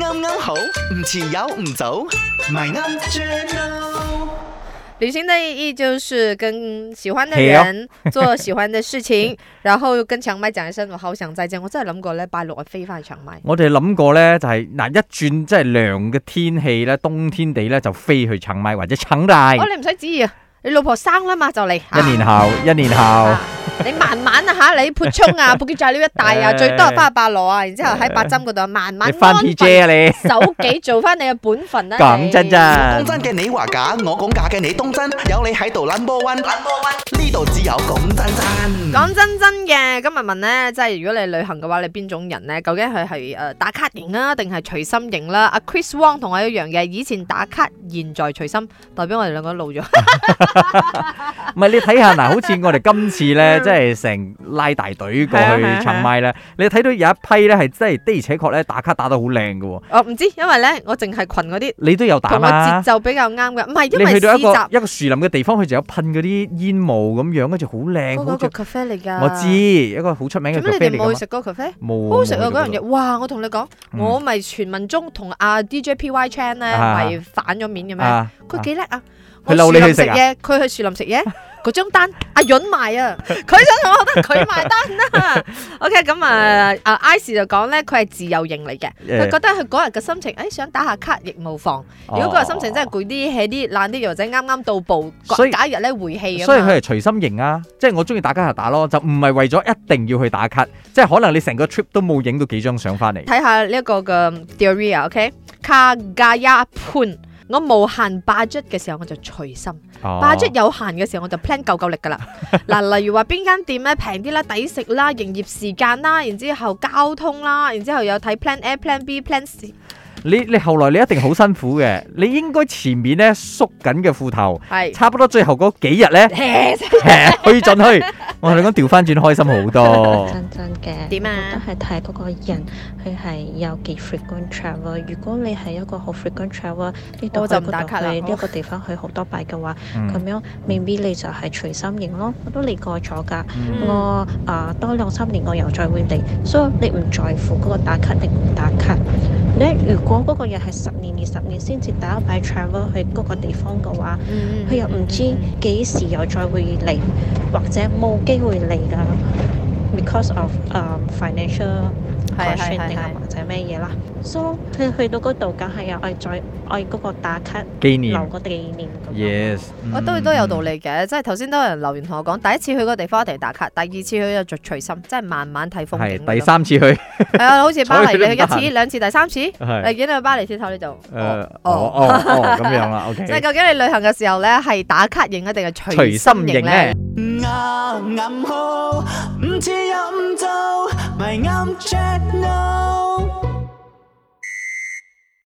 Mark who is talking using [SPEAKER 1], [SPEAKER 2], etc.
[SPEAKER 1] 啱啱好，唔遲有唔早，咪啱 channel。
[SPEAKER 2] 旅行的意义就是跟喜欢的
[SPEAKER 3] Hea
[SPEAKER 2] 人做喜欢的事 情，然后跟長麥講一聲我好想再見。我真係諗過咧，拜六日飛翻去長麥。
[SPEAKER 3] 我哋諗過咧，就係、嗱一轉即係涼嘅天氣咧，冬天地咧就飛去清邁或者清大。
[SPEAKER 2] 哦，你唔使旨意啊，你老婆生啦嘛，就嚟。
[SPEAKER 3] 一年後，一年後
[SPEAKER 2] 啊。你慢慢啊 吓，你潑冲啊，布吉寨呢一帶啊，
[SPEAKER 3] 誒
[SPEAKER 2] 最多係翻去八羅啊，然之後喺八針嗰度慢慢
[SPEAKER 3] 哎你翻
[SPEAKER 2] 安
[SPEAKER 3] PJ
[SPEAKER 2] 分
[SPEAKER 3] 啊你，
[SPEAKER 2] 守己，做翻你嘅本分啊啦。
[SPEAKER 3] 講
[SPEAKER 2] 你
[SPEAKER 3] 真真
[SPEAKER 2] 哎
[SPEAKER 1] 當。真嘅你話假，我講假嘅你當真，有你喺度 number one，number one 呢度只有講真真。
[SPEAKER 2] 講真真嘅，今日問咧，即係如果你旅行嘅話，你邊種人咧？究竟佢係誒打卡型啊，定係隨心型啦？阿 Chris Wong 同我一樣嘅，以前打卡，現在隨心，代表我哋兩個老 咗。
[SPEAKER 3] 唔係你睇下嗱，好似我哋今次咧，
[SPEAKER 2] 嗯
[SPEAKER 3] 即係成拉大隊過去
[SPEAKER 2] 係啊係啊
[SPEAKER 3] 清邁咧，你睇到有一批咧係真係的而且確咧打卡打得好靚嘅喎，
[SPEAKER 2] 我哦唔知，因為咧我淨係群嗰啲
[SPEAKER 3] 你都有打
[SPEAKER 2] 同我節
[SPEAKER 3] 嘛？
[SPEAKER 2] 奏比較啱嘅，唔係因
[SPEAKER 3] 你
[SPEAKER 2] 為
[SPEAKER 3] 去到
[SPEAKER 2] 市
[SPEAKER 3] 一個
[SPEAKER 2] 集
[SPEAKER 3] 一個樹林嘅地方，佢就有噴嗰啲煙霧咁樣，跟住好靚，
[SPEAKER 2] 嗰
[SPEAKER 3] 好
[SPEAKER 2] 個
[SPEAKER 3] 似
[SPEAKER 2] cafe 嚟㗎。
[SPEAKER 3] 我知一個好出名嘅
[SPEAKER 2] 做咩
[SPEAKER 3] cafe
[SPEAKER 2] 你哋冇
[SPEAKER 3] 嚟㗎
[SPEAKER 2] 去
[SPEAKER 3] 嘛
[SPEAKER 2] 食嗰個 cafe？
[SPEAKER 3] 冇
[SPEAKER 2] 好食啊！
[SPEAKER 3] 冇
[SPEAKER 2] 嗰樣
[SPEAKER 3] 去
[SPEAKER 2] 嘢，
[SPEAKER 3] 到
[SPEAKER 2] 哇！我同你講，
[SPEAKER 3] 嗯
[SPEAKER 2] 我咪傳聞中同阿 DJ PY Chan 咧
[SPEAKER 3] 啊
[SPEAKER 2] 咪反咗面嘅咩？
[SPEAKER 3] 啊
[SPEAKER 2] 佢
[SPEAKER 3] 啊
[SPEAKER 2] 幾叻啊！
[SPEAKER 3] 佢
[SPEAKER 2] 我
[SPEAKER 3] 嬲你
[SPEAKER 2] 樹
[SPEAKER 3] 去
[SPEAKER 2] 林
[SPEAKER 3] 食
[SPEAKER 2] 食
[SPEAKER 3] 啊
[SPEAKER 2] 嘢，佢去樹林食嘢，嗰張單阿潤埋啊，佢想 同我得佢埋單啦。OK，咁 à. 啊，阿 à, Ice 就講咧，佢係自由型嚟嘅，
[SPEAKER 3] Ừ.
[SPEAKER 2] 佢覺得佢嗰日嘅心情，誒想打下卡亦無妨。
[SPEAKER 3] Ờ。呃
[SPEAKER 2] 如果
[SPEAKER 3] 哦
[SPEAKER 2] 嗰日心情真係攰啲、hea 啲、懶啲，又或者啱啱到步，
[SPEAKER 3] 所以
[SPEAKER 2] 假日咧回氣咁
[SPEAKER 3] 所以
[SPEAKER 2] 啊。
[SPEAKER 3] 佢係隨心型啊，即係我中意打卡就打咯，就唔係為咗一定要去打卡，即係可能你成個 trip 都冇影到幾張相翻嚟。
[SPEAKER 2] 睇下呢一個嘅 theory 啊，OK，卡加一潘。我無限 budget 嘅時候我就隨心
[SPEAKER 3] 哦
[SPEAKER 2] ，budget 有限嘅時候我就 plan 夠夠力㗎 啦。嗱，例如話邊間店咧平啲啦、抵食啦、營業時間啦，然之後交通啦，然之後有睇 plan A、plan B、plan C，
[SPEAKER 3] 你你後來你一定好辛苦嘅，你應該前面咧縮緊嘅褲頭，
[SPEAKER 2] 係
[SPEAKER 3] 差不多最後嗰幾日 咧 去盡去。我同你講調翻轉開心好多。
[SPEAKER 4] 真真嘅，
[SPEAKER 2] 點啊
[SPEAKER 4] 我覺得係睇嗰個人佢係有幾 frequent travel。如果你係一個好 frequent travel，呢度
[SPEAKER 2] 我
[SPEAKER 4] 去
[SPEAKER 2] 就
[SPEAKER 4] 嗰
[SPEAKER 2] 唔打卡
[SPEAKER 4] 度
[SPEAKER 2] 啦
[SPEAKER 4] 去呢
[SPEAKER 2] 我
[SPEAKER 4] 一個地方去好多拜嘅話，咁、
[SPEAKER 3] 嗯
[SPEAKER 4] 樣未必你就係隨心型咯。我都嚟過咗㗎，
[SPEAKER 3] 嗯
[SPEAKER 4] 我啊、多兩三年我又再會嚟，所以你唔在乎嗰個打卡定唔打卡。你如果嗰個人係十年二十年先至第一擺 travel 去嗰個地方嘅
[SPEAKER 2] 嗯
[SPEAKER 4] 話，佢又唔知幾時又再會嚟，或者冇機會嚟㗎，because of 誒、financial
[SPEAKER 2] 係係
[SPEAKER 4] constraint
[SPEAKER 2] 係
[SPEAKER 4] 定係或者咩嘢啦。So 佢去到嗰度，梗係有愛再愛嗰個打卡
[SPEAKER 3] 紀
[SPEAKER 4] 留
[SPEAKER 3] 念
[SPEAKER 4] 個紀念咁樣。
[SPEAKER 3] ，yes，嗯
[SPEAKER 2] 我都都有道
[SPEAKER 3] 理。
[SPEAKER 2] 理嘅，即係頭先都有人留言同我講，第一次去個地方一定打卡，第二次去就隨心，即係慢慢睇風景嗰種。
[SPEAKER 3] 係第三次去，
[SPEAKER 2] 係啊，好似 巴黎
[SPEAKER 3] 所以
[SPEAKER 2] 你
[SPEAKER 3] 你
[SPEAKER 2] 去一
[SPEAKER 3] 都唔得閒
[SPEAKER 2] 次、兩次、第三次，你
[SPEAKER 3] 係
[SPEAKER 2] 見到去巴黎鐵塔呢度。
[SPEAKER 3] 誒哦哦哦咁樣啦
[SPEAKER 2] 即係
[SPEAKER 3] ，OK，
[SPEAKER 2] 究竟你旅行嘅時候咧，係打卡型啊定係隨
[SPEAKER 3] 隨
[SPEAKER 2] 心
[SPEAKER 3] 心
[SPEAKER 2] 型
[SPEAKER 3] 型
[SPEAKER 2] 咧
[SPEAKER 3] 咧？。
[SPEAKER 1] 啱啱好，唔遲有唔早，咪啱 channel。